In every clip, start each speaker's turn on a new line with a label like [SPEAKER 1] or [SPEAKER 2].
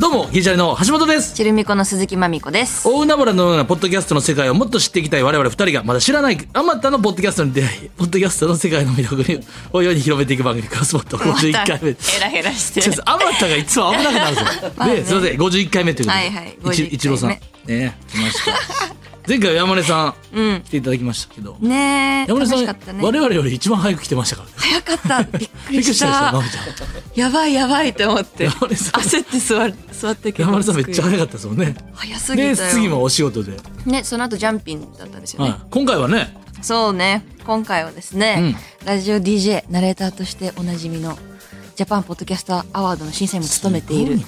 [SPEAKER 1] どうもギリシャリの橋本です
[SPEAKER 2] ちるみこの鈴木まみこです
[SPEAKER 1] 大海原のようなポッドキャストの世界をもっと知っていきたい我々二人がまだ知らないあまたのポッドキャストに出会いポッドキャストの世界の魅力を世に広めていく番組クロスポット51回目です
[SPEAKER 2] ヘラヘラし
[SPEAKER 1] ちょっとあまたがいつも危なくなるんですよ。
[SPEAKER 2] まあね
[SPEAKER 1] で、すいません、51回目ということで、
[SPEAKER 2] はいはい
[SPEAKER 1] ち
[SPEAKER 2] 51
[SPEAKER 1] 一郎さん、
[SPEAKER 2] 回
[SPEAKER 1] ね、来ました。前回は山根さん、来ていただきましたけど、
[SPEAKER 2] ねえ
[SPEAKER 1] 山
[SPEAKER 2] 楽
[SPEAKER 1] 根さん、
[SPEAKER 2] しかったね
[SPEAKER 1] 我々より一番早く来てましたからね。
[SPEAKER 2] 早かった び
[SPEAKER 1] びっ
[SPEAKER 2] っくり
[SPEAKER 1] くり
[SPEAKER 2] し
[SPEAKER 1] したでしょ、
[SPEAKER 2] た
[SPEAKER 1] 直美ちゃん。
[SPEAKER 2] やばいやばいって思って
[SPEAKER 1] 山根さん
[SPEAKER 2] 焦って座る座ったけど
[SPEAKER 1] 山根さんめっちゃ
[SPEAKER 2] 机
[SPEAKER 1] 早かったですもんね。
[SPEAKER 2] 早すぎたよ
[SPEAKER 1] で、次もお仕事で。
[SPEAKER 2] ねその後ジャンピンだったんですよ
[SPEAKER 1] は
[SPEAKER 2] ね、
[SPEAKER 1] い、今回はね、
[SPEAKER 2] そうね今回はですね、ラジオ DJ ナレーターとしておなじみのジャパンポッドキャスターアワードの審査員も務めている
[SPEAKER 1] す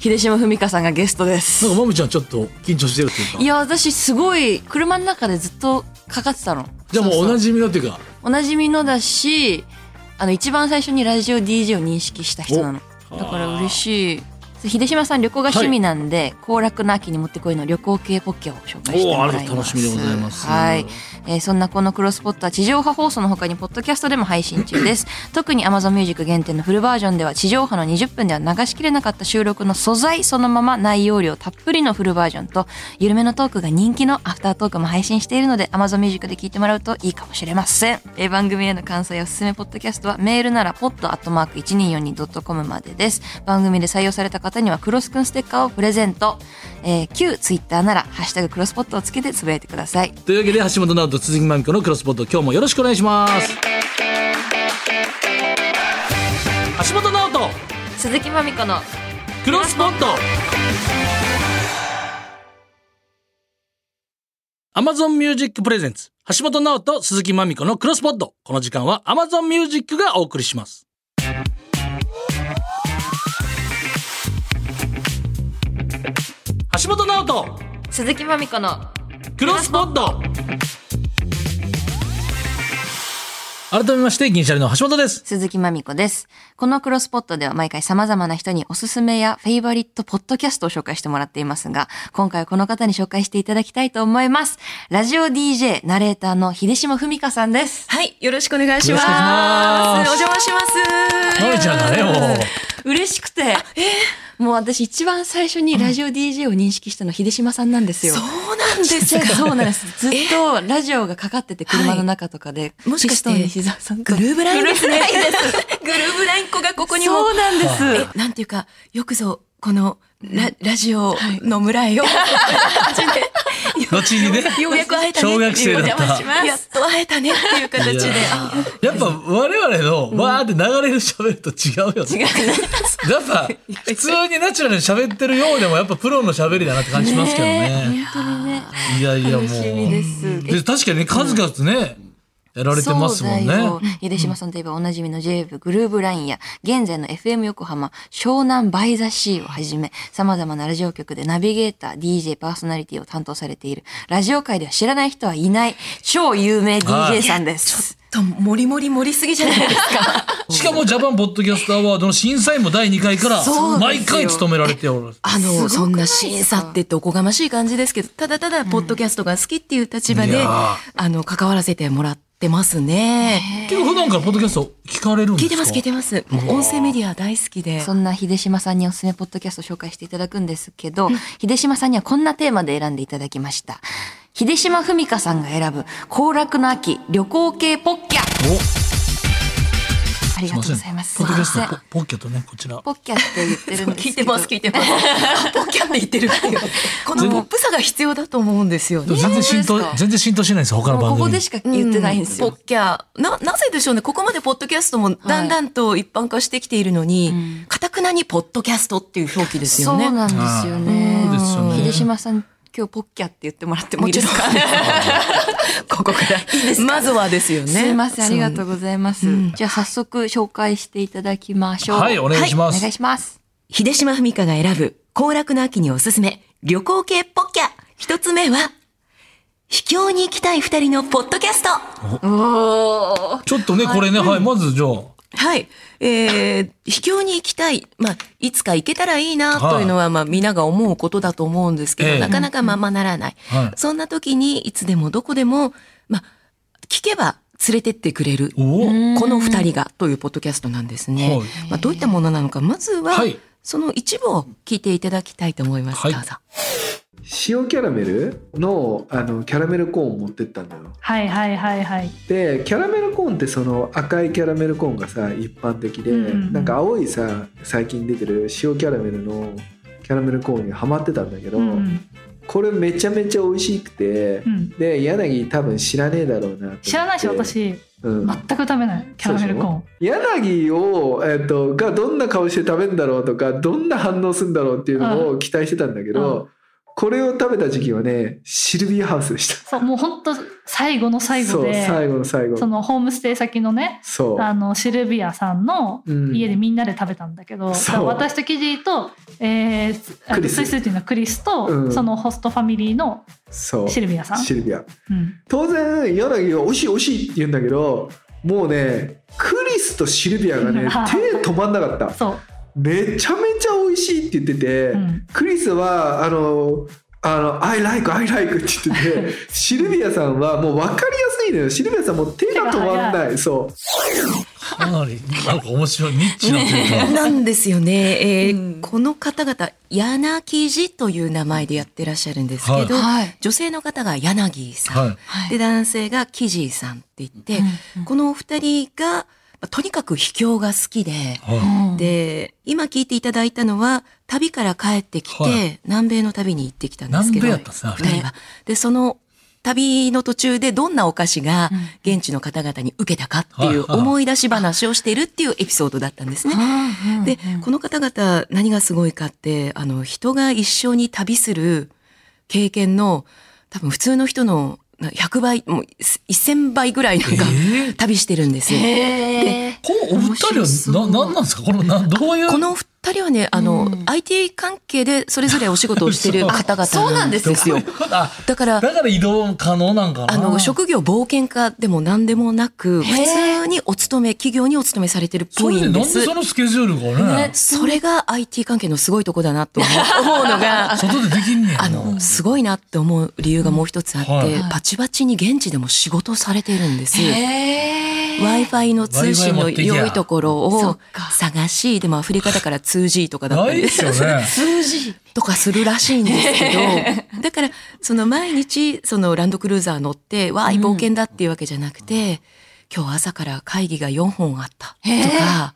[SPEAKER 2] 秀島文香さんがゲストです
[SPEAKER 1] なんかまみちゃんちょっと緊張してるっていうか。
[SPEAKER 2] いや私すごい車の中でずっとかかってたの
[SPEAKER 1] じゃあもうおなじみのっていうか、
[SPEAKER 2] おなじみのだしあの一番最初にラジオ DJ を認識した人なの
[SPEAKER 1] お
[SPEAKER 2] だから嬉しい秀島さん旅行が趣味なんで行、楽な秋にもってこいの旅行系ポッケを紹介してもらいます
[SPEAKER 1] おーあれ楽しみでございます
[SPEAKER 2] はい、えーそんなこのクロスポットは地上波放送のほかにポッドキャストでも配信中です特に AmazonMusic 限定のフルバージョンでは地上波の20分では流しきれなかった収録の素材そのまま内容量たっぷりのフルバージョンと緩めのトークが人気のアフタートークも配信しているので AmazonMusic で聞いてもらうといいかもしれません、えー番組への感想やおすすめポッドキャストはメールなら pod.1242.com までです番組で採用された方にはクロスくんステッカーをプレゼント、えー、旧 Twitter なら「ハッシュタグクロスポット」をつけてつぶやいてください
[SPEAKER 1] というわけで橋本直人鈴木まみこのクロスポット今日もよろしくお願いします橋本直人
[SPEAKER 2] 鈴木まみこの
[SPEAKER 1] クロスポット Amazon Music Presents 橋本直人鈴木まみこのクロスポットこの時間は Amazon Music がお送りします橋本直人
[SPEAKER 2] 鈴木まみこの
[SPEAKER 1] クロスポット改めまして銀シャリの橋本です
[SPEAKER 2] 鈴木まみこです。このクロスポットでは毎回様々な人におすすめやフェイバリットポッドキャストを紹介してもらっていますが、今回はこの方に紹介していただきたいと思います。ラジオ DJ ナレーターの秀島文香さんです。
[SPEAKER 3] はい、よろしくお願いし
[SPEAKER 1] よ
[SPEAKER 3] ます。
[SPEAKER 1] ろしくお願いします
[SPEAKER 3] お邪魔します。
[SPEAKER 1] まみちゃんがねもう
[SPEAKER 2] 嬉しくて、もう私一番最初にラジオ DJ を認識したの秀島さんなんですよ。
[SPEAKER 3] そうなんです
[SPEAKER 2] 実
[SPEAKER 3] か
[SPEAKER 2] 際。そうなんです。ずっとラジオがかかってて車の中とかで、
[SPEAKER 3] もしかして
[SPEAKER 2] ピストン西澤さんと
[SPEAKER 3] グルーブラインですね。
[SPEAKER 2] グルーブラインです。
[SPEAKER 3] グルーブライン子がここにも。
[SPEAKER 2] そうなんです。
[SPEAKER 3] え、なんていうか、よくぞ、このラ、ラジオの村 へよ。
[SPEAKER 1] 後にね
[SPEAKER 3] ようやく会えたね。
[SPEAKER 1] 小学生だった
[SPEAKER 3] お邪魔しますやっと会えたねっていう形
[SPEAKER 1] い
[SPEAKER 3] で
[SPEAKER 1] や。
[SPEAKER 3] あ
[SPEAKER 1] やっぱ我々のわーって流れる喋ると違うよね、やっ ぱ普通にナチュラルに喋ってるようでもやっぱプロの喋りだなって感じしますけどね
[SPEAKER 2] 本当にね。
[SPEAKER 1] いやいやもう
[SPEAKER 2] 楽しみです
[SPEAKER 1] で確かにね数々ね、やられてますもん
[SPEAKER 2] そうだよ
[SPEAKER 1] ね。
[SPEAKER 2] 秀島さんといえばおなじみの j ブグルーブラインや、現在の FM 横浜、湘南バイザシーをはじめ、様々なラジオ局でナビゲーター、DJ パーソナリティを担当されている、ラジオ界では知らない人はいない、超有
[SPEAKER 1] は
[SPEAKER 2] 名
[SPEAKER 1] い
[SPEAKER 2] DJ さんです。
[SPEAKER 3] と、もりもり盛りすぎじゃないですか。
[SPEAKER 1] しかもジャパンポッドキャストアワードの審査員も第2回から
[SPEAKER 3] そうなんで
[SPEAKER 1] 毎
[SPEAKER 3] すよ
[SPEAKER 1] 回務められておる。
[SPEAKER 3] あ
[SPEAKER 2] すごくない
[SPEAKER 3] の、
[SPEAKER 2] ですか
[SPEAKER 3] そんな審査って言っておこがましい感じですけど、ただただ、ポッドキャストが好きっていう立場
[SPEAKER 1] い
[SPEAKER 3] で、
[SPEAKER 1] やー
[SPEAKER 3] あの、関わらせてもらってますね。
[SPEAKER 1] 結構普段からポッドキャスト聞かれるんです
[SPEAKER 3] 聞
[SPEAKER 1] か
[SPEAKER 3] いてます、聞いてます。もう音声メディア大好きで。
[SPEAKER 2] そんな秀島さんにおすすめポッドキャストを紹介していただくんですけど、秀島さんにはこんなテーマで選んでいただきました。秀島文香さんが選ぶ、行楽の秋、旅行系ポッキャありがとうございます。
[SPEAKER 1] ポッドキャス
[SPEAKER 2] すい
[SPEAKER 1] ト
[SPEAKER 2] ません
[SPEAKER 1] ポポッケとねこちら
[SPEAKER 2] ポッキャって言ってるんですけど。
[SPEAKER 3] 聞いてます、聞いてます。ポキャンで言ってるっ ていう。このポップさが必要だと思うんですよね。
[SPEAKER 1] 全然浸透
[SPEAKER 2] そうですか
[SPEAKER 1] 全然浸透しないんですよ他の
[SPEAKER 2] もう
[SPEAKER 1] 番
[SPEAKER 2] ここ
[SPEAKER 1] 組
[SPEAKER 2] でしか言ってないんですよ。
[SPEAKER 3] うポッキャな、なぜでしょうね。ここまでポッドキャストもだんだんと一般化してきているのに、かたくなにポッドキャストっていう表記です
[SPEAKER 2] そ
[SPEAKER 3] よ
[SPEAKER 2] う
[SPEAKER 3] ね。
[SPEAKER 2] なんですよね。
[SPEAKER 1] あーそうですよね
[SPEAKER 2] 秀島さん、今日ポッキャって言ってもらってもいいですか
[SPEAKER 3] もちろん ここから。まずはですよね。
[SPEAKER 2] すいません、ありがと
[SPEAKER 3] う。
[SPEAKER 2] うございます。じゃあ早速紹介していただきましょう。
[SPEAKER 1] はいお願いします
[SPEAKER 2] お願いします。
[SPEAKER 3] 秀島文香が選ぶ、行楽の秋におすすめ、旅行系ポッキャ一つ目は、秘境に行きたい二人のポッドキャスト
[SPEAKER 2] おー。
[SPEAKER 1] ちょっとねこれねはいまずじゃあ
[SPEAKER 3] はい。えー、秘境に行きたい。まあ、いつか行けたらいいな、というのは、まあ、皆が思うことだと思うんですけど、
[SPEAKER 1] ええ
[SPEAKER 3] なかなかままならない。
[SPEAKER 1] はい
[SPEAKER 3] そんな時に、いつでもどこでも、まあ、聞けば連れてってくれる、こ
[SPEAKER 1] おお、
[SPEAKER 3] の二人が、というポッドキャストなんですね。
[SPEAKER 1] はい
[SPEAKER 3] まあ、どういったものなのか、まずは、
[SPEAKER 1] はい
[SPEAKER 3] その一部を聞いていただきたいと思います。
[SPEAKER 1] はい
[SPEAKER 3] どうぞ。
[SPEAKER 4] 塩キャラメルのあのキャラメルコーン持ってったんだよ
[SPEAKER 5] はいはいはいはい。
[SPEAKER 4] でキャラメルコーンってその赤いキャラメルコーンがさ一般的で、
[SPEAKER 5] うんうん
[SPEAKER 4] なんか青いさ最近出てる塩キャラメルのキャラメルコーンにはまってたんだけど、
[SPEAKER 5] うんうん
[SPEAKER 4] これめちゃめちゃ美味しくて、
[SPEAKER 5] うん。
[SPEAKER 4] で柳多分知らねえだろうなと思って
[SPEAKER 5] 知らないし、私、
[SPEAKER 4] うん、
[SPEAKER 5] 全く食べない。キャラメルコーン。
[SPEAKER 4] 柳を、えっとがどんな顔して食べるんだろうとかどんな反応するんだろうっていうのを期待してたんだけど、これを食べた時期はねシルビアハウスでした
[SPEAKER 5] そう、もう本当最後の最後
[SPEAKER 4] そう最
[SPEAKER 5] で、
[SPEAKER 4] 後の最後
[SPEAKER 5] そのホームステイ先のね、
[SPEAKER 4] そう
[SPEAKER 5] あの、シルビアさんの
[SPEAKER 4] うん
[SPEAKER 5] 家でみんなで食べたんだけど、だ
[SPEAKER 4] そう
[SPEAKER 5] から私とキジーと、えー、あ
[SPEAKER 4] ク
[SPEAKER 5] の
[SPEAKER 4] リス
[SPEAKER 5] スイス人のクリスと、
[SPEAKER 4] うん
[SPEAKER 5] そのホストファミリーの
[SPEAKER 4] そう
[SPEAKER 5] シルビアさん。
[SPEAKER 4] シルビア
[SPEAKER 5] うん、
[SPEAKER 4] 当然柳が「おいしいおいしい」って言うんだけどもうねクリスとシルビアが ね手止まんなかった
[SPEAKER 5] そう。
[SPEAKER 4] めちゃめちゃ美味しいって言ってて、
[SPEAKER 5] うん
[SPEAKER 4] クリスはあのあの「I like I like」って言って てシルビアさんはもう分かりやすいのよシルビアさんもう手が止まん
[SPEAKER 5] 手が
[SPEAKER 4] ないそう
[SPEAKER 1] かなりなんか面白いニッチなというか
[SPEAKER 3] なんですよね。えー
[SPEAKER 2] うん
[SPEAKER 3] この方々、柳地という名前でやってらっしゃるんですけど、
[SPEAKER 2] はい。
[SPEAKER 3] 女性の方が柳さん、
[SPEAKER 1] はい
[SPEAKER 3] で男性がキジさんって言って、
[SPEAKER 2] うん
[SPEAKER 3] このお二人が、まあとにかく秘境が好きで、
[SPEAKER 1] は
[SPEAKER 3] で、今聞いていただいたのは、旅から帰ってきて、
[SPEAKER 1] はい
[SPEAKER 3] 南米の旅に行ってきたん
[SPEAKER 1] い、
[SPEAKER 3] です
[SPEAKER 1] 南
[SPEAKER 3] けど、
[SPEAKER 1] 米やったんですね
[SPEAKER 3] 二人は。で、その旅の途中でどんなお菓子が
[SPEAKER 2] うん
[SPEAKER 3] 現地の方々に受けたかっていう
[SPEAKER 1] はい
[SPEAKER 3] 思い出し話をしているっていうエピソードだったんですね。で、この方々何がすごいかって、あの、人が一緒に旅する経験の、多分普通の人のな100倍、もう1000倍ぐらいなんか
[SPEAKER 1] えー
[SPEAKER 3] 旅してるんですよ。
[SPEAKER 2] へえ。
[SPEAKER 1] このお二人
[SPEAKER 3] 面白そ
[SPEAKER 1] は
[SPEAKER 3] う
[SPEAKER 1] ななんなんですかこのなどういう
[SPEAKER 3] このお二人はね、あの、
[SPEAKER 2] うん
[SPEAKER 3] IT 関係でそれぞれお仕事をしてる方々
[SPEAKER 2] そうなんです
[SPEAKER 3] よ。
[SPEAKER 1] あ
[SPEAKER 3] だから、
[SPEAKER 1] だから移動可能なんかな
[SPEAKER 3] あの、職業冒険家でも何でもなく、
[SPEAKER 2] へ
[SPEAKER 3] 普
[SPEAKER 2] ー
[SPEAKER 3] 通にお勤め、企業にお勤めされてるっ
[SPEAKER 1] そ
[SPEAKER 3] ぽ
[SPEAKER 1] れ
[SPEAKER 3] い
[SPEAKER 1] で
[SPEAKER 3] ん
[SPEAKER 1] なん
[SPEAKER 3] で。
[SPEAKER 1] ですそのスケジュールがね
[SPEAKER 3] それが IT 関係のすごいとこだなと思うのが、
[SPEAKER 1] 外でできんねや
[SPEAKER 3] あの、すごいなって思う理由がもう一つあって、
[SPEAKER 1] はい
[SPEAKER 3] バチバチに現地でも仕事をされてるんです。
[SPEAKER 2] へえ。
[SPEAKER 3] Wi-Fi の通信の良いところ
[SPEAKER 2] そっ
[SPEAKER 3] を
[SPEAKER 2] か
[SPEAKER 3] 探し、でもアフリカだから 2G とかだった
[SPEAKER 1] ない
[SPEAKER 3] り
[SPEAKER 1] ですよね
[SPEAKER 2] 数字。
[SPEAKER 3] とかするらしいんですけど、だから、その毎日、そのランドクルーザー乗って、わーい、冒険だっていうわけじゃなくて、今日朝から会議が4本あったと
[SPEAKER 2] へー
[SPEAKER 3] か、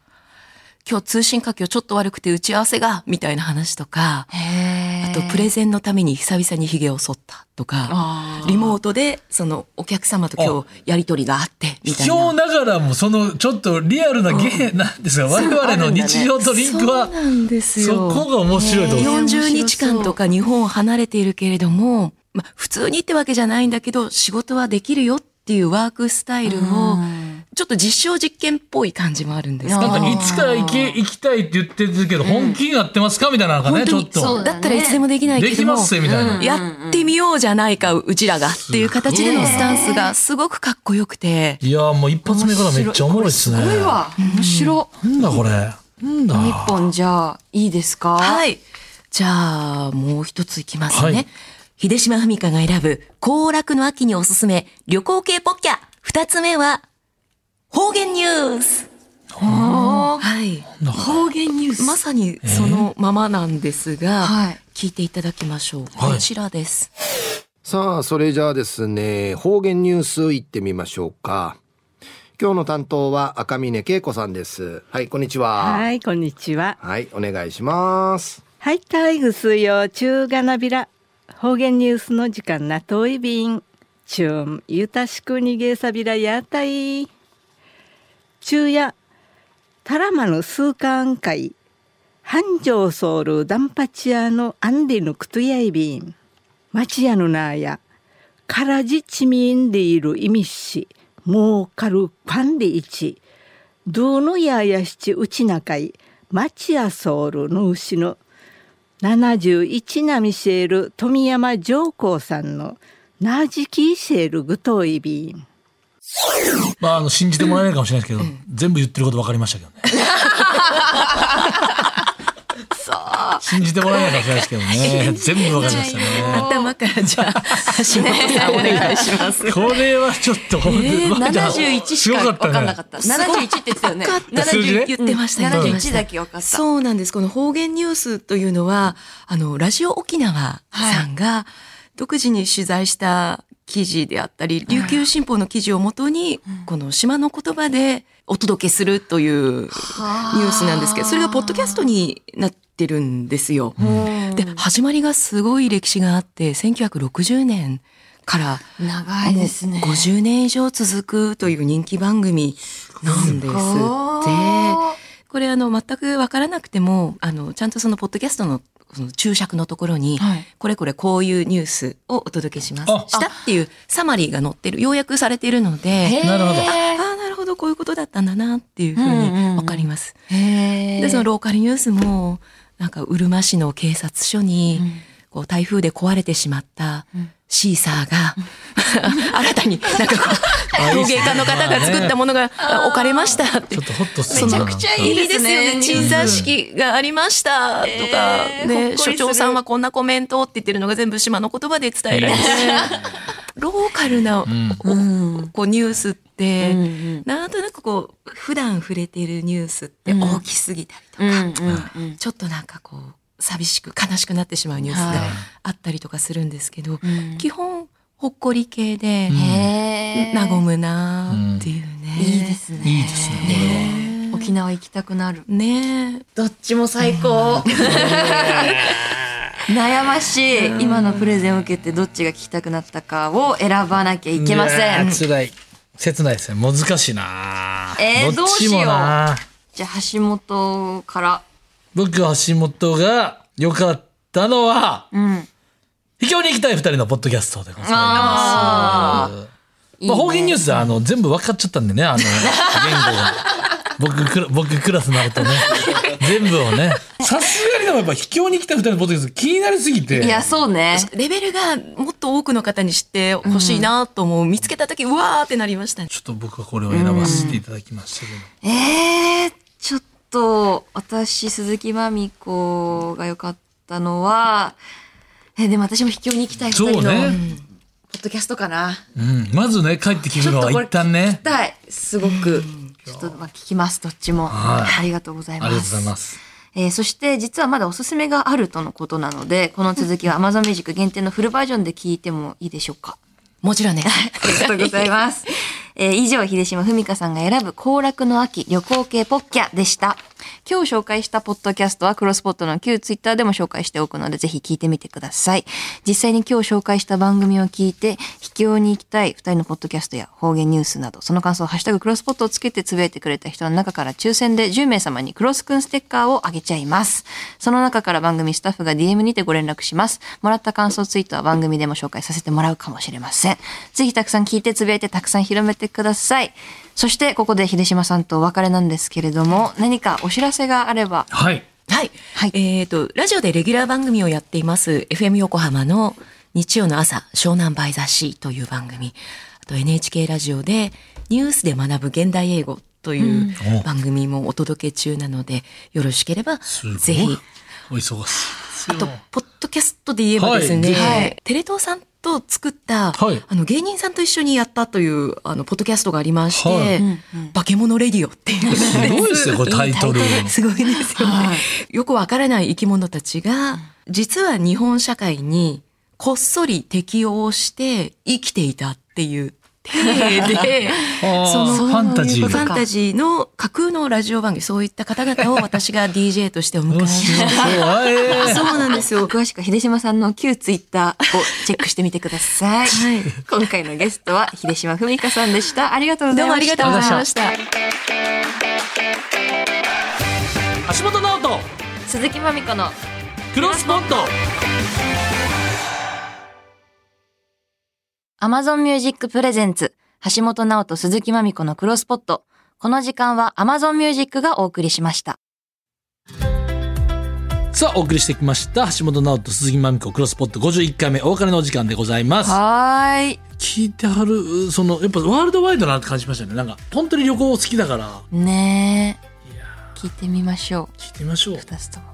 [SPEAKER 3] 今日通信環境ちょっと悪くて打ち合わせが、みたいな話とか、
[SPEAKER 2] へ
[SPEAKER 3] あとプレゼンのために久々に髭を剃ったとか、リモートで、そのお客様と今日やりとりがあって、みたい
[SPEAKER 1] 卑
[SPEAKER 3] な。
[SPEAKER 1] 怯ながらもそのちょっとリアルなゲーなんですが我々の日常とリンクは
[SPEAKER 3] そうなんです
[SPEAKER 1] そ
[SPEAKER 3] よ。
[SPEAKER 1] こが面白いと
[SPEAKER 2] ね
[SPEAKER 1] 思う
[SPEAKER 3] 40日間とか日本を離れているけれども、まあ、普通にってわけじゃないんだけど、仕事はできるよっていうワークスタイルを、ちょっと実証実験っぽい感じもあるんですけど。
[SPEAKER 2] な
[SPEAKER 1] なんん
[SPEAKER 2] か
[SPEAKER 1] かいつから行け行きたいって言ってるけど本気になってますかみたいなのがねちょっ
[SPEAKER 2] そう
[SPEAKER 1] と
[SPEAKER 2] だ
[SPEAKER 3] だ
[SPEAKER 2] ね
[SPEAKER 3] ったらいつでもできないけ
[SPEAKER 1] で
[SPEAKER 3] ど
[SPEAKER 1] きま
[SPEAKER 3] も、
[SPEAKER 1] すよみたいな
[SPEAKER 3] やってみようじゃないか、うちらがっていう形でのスタンスがすごくかっこよくて、
[SPEAKER 1] いやーもう一発目からめっちゃおもろいっすね
[SPEAKER 2] すごいわ。面白。
[SPEAKER 1] なんだこれなんだ
[SPEAKER 2] 日本じゃあいいですか。
[SPEAKER 3] はい。じゃあ、もう一ついきますね。
[SPEAKER 1] はい
[SPEAKER 3] 秀島文香が選ぶ、行楽の秋におすすめ、旅行系ポッキャ。二つ目は、方言ニュース。
[SPEAKER 2] おー
[SPEAKER 3] はい。
[SPEAKER 1] なんだこ
[SPEAKER 2] 方言ニュース。
[SPEAKER 3] まさにそのままなんですが、
[SPEAKER 2] はい
[SPEAKER 3] 聞いていただきましょう。
[SPEAKER 1] はい
[SPEAKER 3] こちらです。
[SPEAKER 6] さあそれじゃあですね方言ニュース行ってみましょうか今日の担当は赤峰恵子さんですはいこんにちはは、
[SPEAKER 7] はいい、こんにちは。
[SPEAKER 6] お願いします
[SPEAKER 7] はい、体育水曜中がなびら。方言ニュースの時間なといびん。ちゅん、ゆたしく逃げさびらやたい。昼夜、タラマの数巻会。繁盛ソウルダンパチアのアンディのクトゥヤイビン。町屋のなーや。からじちみんでいる意味し。もうかるパンでいち。どのややしちうちなかい、町やソウルの牛の71なみシェール富山上皇さんのなじきシェールぐといびん。
[SPEAKER 1] まあ、あの、信じてもらえないかもしれないですけど、全部言ってること分かりましたけどね。信じてもらえないかもしれないですけどね。全部分かりましたね。
[SPEAKER 3] 頭からじ ゃあ、橋本さんお願いします。
[SPEAKER 1] これはちょっと本当に、
[SPEAKER 2] えー、
[SPEAKER 1] まあじゃあ
[SPEAKER 2] 71しか分かんなかった。
[SPEAKER 3] すごかった
[SPEAKER 2] 71
[SPEAKER 3] ね
[SPEAKER 2] って言ってたよね。
[SPEAKER 3] わかった
[SPEAKER 1] 数字ね
[SPEAKER 3] 言ってました
[SPEAKER 2] うん
[SPEAKER 3] 言ってまし
[SPEAKER 2] 71
[SPEAKER 3] た
[SPEAKER 2] だけ分かった。
[SPEAKER 3] そうなんです。この方言ニュースというのは、あの、ラジオ沖縄さんが独自に取材した記事であったり、琉球新報の記事をもとに、この島の言葉でお届けするというニュースなんですけど、それがポッドキャストになってるんですよ。で、始まりがすごい歴史があって、1960年から、
[SPEAKER 2] 長いですね。
[SPEAKER 3] もう50年以上続くという人気番組なんですって。これあの全くわからなくてもあのちゃんとそのポッドキャストのその注釈のところに、
[SPEAKER 2] はい
[SPEAKER 3] これこれこういうニュースをお届けしま
[SPEAKER 1] あ
[SPEAKER 3] すしたっていうサマリーが載ってる要約されているので
[SPEAKER 1] なるほど
[SPEAKER 3] ああなるほどこういうことだったんだなっていうふう
[SPEAKER 2] うんうんうん
[SPEAKER 3] にわかります。
[SPEAKER 2] へ
[SPEAKER 3] でそのローカルニュースもなんかうるま市の警察署に、こう台風で壊れてしまったシーサーが、 新たになんかこ
[SPEAKER 1] あ
[SPEAKER 3] う
[SPEAKER 1] いい
[SPEAKER 3] 陶
[SPEAKER 1] っすね
[SPEAKER 3] 芸家の方が作ったものがあ置かれましたって
[SPEAKER 1] ちょっとホッとす
[SPEAKER 2] め
[SPEAKER 1] る
[SPEAKER 2] ち
[SPEAKER 1] な
[SPEAKER 2] ゃくちゃい
[SPEAKER 3] い
[SPEAKER 2] い
[SPEAKER 3] い
[SPEAKER 2] で
[SPEAKER 3] ですすね。
[SPEAKER 2] ね。
[SPEAKER 3] 鎮座式がありましたと
[SPEAKER 2] え
[SPEAKER 3] か、
[SPEAKER 2] ーほっこ
[SPEAKER 3] ね、
[SPEAKER 2] りす
[SPEAKER 3] 所
[SPEAKER 2] る
[SPEAKER 3] 長さんはこんなコメントって言ってるのが全部島の言葉で伝えられて、ローカルな、おこうニュースって、なんとなくこう、普段触れているニュースって大きすぎたりとか、
[SPEAKER 2] うんうん
[SPEAKER 3] ちょっとなんかこう、寂しく、悲しくなってしまうニュースが
[SPEAKER 2] はい
[SPEAKER 3] あったりとかするんですけど、
[SPEAKER 2] うん
[SPEAKER 3] 基本、ほっこり系で、
[SPEAKER 2] うん。へー
[SPEAKER 3] 和むなーっていうね。
[SPEAKER 2] いいですね。
[SPEAKER 1] いいですねこ
[SPEAKER 2] ね。沖縄行きたくなる。
[SPEAKER 3] ねえ
[SPEAKER 2] どっちも最高。悩ましい。今のプレゼンを受けてどっちが聞きたくなったかを選ばなきゃいけま
[SPEAKER 1] いや
[SPEAKER 2] せん。
[SPEAKER 1] ー辛い。切ないですね。難しいな
[SPEAKER 2] えー
[SPEAKER 1] どっちもな
[SPEAKER 2] じゃあ橋本から。
[SPEAKER 1] 僕、橋本が良かったのは、
[SPEAKER 2] うん。
[SPEAKER 1] 秘境に行きたい二人のポッドキャストでござい
[SPEAKER 2] あ
[SPEAKER 1] ます。まあ、方言ニュースはあの全部分かっちゃったんでね、あの、言語が。僕クラ、僕クラスになるとね、全部をね。さすがにでもやっぱ秘境に来た二人のポッドキャスト気になりすぎて。
[SPEAKER 2] いや、そうね。
[SPEAKER 3] レベルがもっと多くの方に知ってほしいなと思う、見つけた時うわーってなりましたね
[SPEAKER 1] ちょっと僕はこれを選ばせていただきましたけど。
[SPEAKER 2] えー、ちょっと、私、鈴木まみこが良かったのは、えーでも私も秘境に行きたい二
[SPEAKER 1] そ
[SPEAKER 2] 人
[SPEAKER 1] う
[SPEAKER 2] の、
[SPEAKER 1] ね。
[SPEAKER 2] ポッドキャストかな。
[SPEAKER 1] うん。まずね、帰って聞
[SPEAKER 2] ち
[SPEAKER 1] く
[SPEAKER 2] ょ
[SPEAKER 1] の
[SPEAKER 2] っと
[SPEAKER 1] は
[SPEAKER 2] これ
[SPEAKER 1] 一旦
[SPEAKER 2] 聞き
[SPEAKER 1] ね。
[SPEAKER 2] たい。すごく。ちょっとまあ聞きます、どっちも。
[SPEAKER 1] はい
[SPEAKER 2] ありがとうござ
[SPEAKER 1] あ
[SPEAKER 2] い
[SPEAKER 1] り
[SPEAKER 2] ま
[SPEAKER 1] が
[SPEAKER 2] す。
[SPEAKER 1] とうございます。
[SPEAKER 2] えーそして実はまだおすすめがあるとのことなので、この続きは Amazon Music 限定のフルバージョンで聞いてもいいでしょうか。
[SPEAKER 3] もちろんね
[SPEAKER 2] ありがとうござい ます。えー以上、秀島文香さんが選ぶ行楽の秋旅行系ポッキャでした。今日紹介したポッドキャストはクロスポットの旧ツイッターでも紹介しておくので、ぜひ聞いてみてください。実際に今日紹介した番組を聞いて、秘境に行きたい二人のポッドキャストや方言ニュースなど、その感想をハッシュタグクロスポットをつけてつぶやいてくれた人の中から抽選で10名様にクロスくんステッカーをあげちゃいます。その中から番組スタッフが DM にてご連絡します。もらった感想ツイートは番組でも紹介させてもらうかもしれません。ぜひたくさん聞いてつぶやいてたくさん広めてください。そしてここで秀島さんとお別れなんですけれども、何かお知らせがあれば。
[SPEAKER 1] はい。
[SPEAKER 3] はい、
[SPEAKER 2] はい
[SPEAKER 3] えっ、とラジオでレギュラー番組をやっています FM 横浜の日曜の朝湘南バイザシという番組あと NHK ラジオでニュースで学ぶ現代英語という
[SPEAKER 1] うん
[SPEAKER 3] 番組もお届け中なのでよろしければ
[SPEAKER 1] すごい。
[SPEAKER 3] ぜひ
[SPEAKER 1] お忙しいです
[SPEAKER 3] あと
[SPEAKER 1] よ。、
[SPEAKER 3] ポッドキャストで言えばです
[SPEAKER 1] はい
[SPEAKER 3] ね、
[SPEAKER 1] はい
[SPEAKER 3] テレ東さんと作った、
[SPEAKER 1] はい
[SPEAKER 3] あの芸人さんと一緒にやったという、あの、ポッドキャストがありまして、
[SPEAKER 1] はいうん
[SPEAKER 3] 化け物レディオっていう。
[SPEAKER 1] すごいですね、これタイ トル。
[SPEAKER 3] すごいですよね。よくわからない生き物たちが、実は日本社会にこっそり適応して生きていたっていう体 で、
[SPEAKER 1] あー
[SPEAKER 3] その
[SPEAKER 1] ファンタジー
[SPEAKER 3] フ
[SPEAKER 1] が
[SPEAKER 3] ァンタジーの架空のラジオ番組、そういった方々を私が DJ としてお迎えして、
[SPEAKER 1] 怖い。
[SPEAKER 3] そうなんです よ。
[SPEAKER 2] 詳しくは秀島さんの旧ツイッターをチェックしてみてください。
[SPEAKER 3] はい
[SPEAKER 2] 今回のゲストは秀島文香さんでした。ありがとうござ
[SPEAKER 3] どう
[SPEAKER 2] い
[SPEAKER 3] もあ
[SPEAKER 2] ま
[SPEAKER 3] り
[SPEAKER 2] し
[SPEAKER 3] が
[SPEAKER 2] た。
[SPEAKER 3] とうございました。
[SPEAKER 1] 橋本直人、
[SPEAKER 2] 鈴木まみこの
[SPEAKER 1] クロスポット。
[SPEAKER 2] Amazon Music Presents 橋本直人鈴木まみこのクロスポット。この時間は Amazon Music がお送りしました。
[SPEAKER 1] さあお送りしてきました橋本直人鈴木まみ子クロスポット51回目お別れのお時間でございます
[SPEAKER 2] はーい。
[SPEAKER 1] 聞いてはるそのやっぱワールドワイドだなって感じましたねなんか本当に旅行好きだから
[SPEAKER 2] ね
[SPEAKER 1] いや
[SPEAKER 2] え、聞いてみましょう。
[SPEAKER 1] 聞いてみましょう
[SPEAKER 2] 2つとも。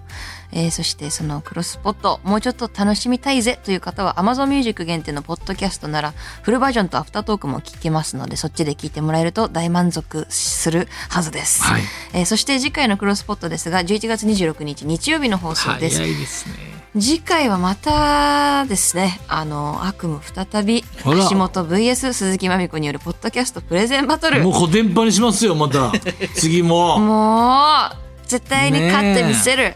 [SPEAKER 2] えーそしてそのクロスポットもうちょっと楽しみたいぜという方は Amazon Music 限定のポッドキャストならフルバージョンとアフタートークも聞けますのでそっちで聞いてもらえると大満足するはずです、
[SPEAKER 1] はい
[SPEAKER 2] えーそして次回のクロスポットですが11月26日日曜日の放送です
[SPEAKER 1] ですね
[SPEAKER 2] 次回はまたですねあの悪夢再び
[SPEAKER 1] あら
[SPEAKER 2] 橋本 VS 鈴木まみ子によるポッドキャストプレゼンバトル
[SPEAKER 1] もう
[SPEAKER 2] も
[SPEAKER 1] 小電波にしますよま た次
[SPEAKER 2] う
[SPEAKER 1] も
[SPEAKER 2] 絶対に勝ってみせる、えー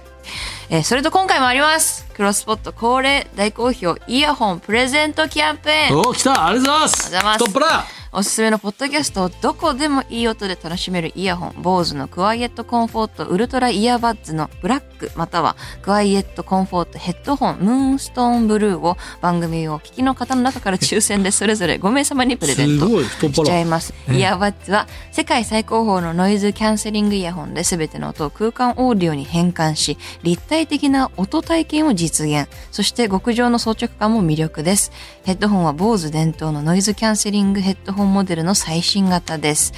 [SPEAKER 2] それと今回もありますクロスポット恒例大好評イヤホンプレゼントキャンペーン
[SPEAKER 1] お来たありがとうございます
[SPEAKER 2] ありがとうござい
[SPEAKER 1] 太っ
[SPEAKER 2] おすすめのポッドキャストをどこでもいい音で楽しめるイヤホン BOSE のクワイエットコンフォートウルトライヤーバッズのブラックまたはクワイエットコンフォートヘッドホンムーンストーンブルーを番組をお聞きの方の中から抽選でそれぞれ5名様にプレゼント
[SPEAKER 1] すごい太っ
[SPEAKER 2] し
[SPEAKER 1] 腹
[SPEAKER 2] ちゃいますイヤーバッズは世界最高峰のノイズキャンセリングイヤホンで全ての音を空間オーディオに変換し立体的な音体験を実現そして極上の装着感も魅力ですヘッドホンは BOSE 伝統のノイズキャンセリングヘッドホンモデルの最新型です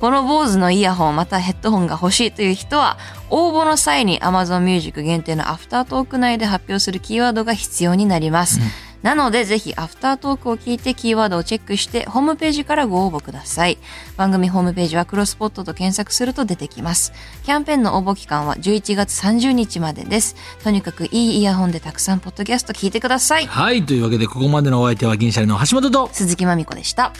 [SPEAKER 2] この BOSE のイヤホンまたヘッドホンが欲しいという人は応募の際に Amazon Music 限定のアフタートーク内で発表するキーワードが必要になります、なのでぜひアフタートークを聞いてキーワードをチェックしてホームページからご応募ください番組ホームページはクロスポットと検索すると出てきますキャンペーンの応募期間は11月30日までですとにかくいいイヤホンでたくさんポッドキャスト聞いてください
[SPEAKER 1] はいというわけでここまでのお相手は銀シャリの橋本と
[SPEAKER 2] 鈴木まみこでした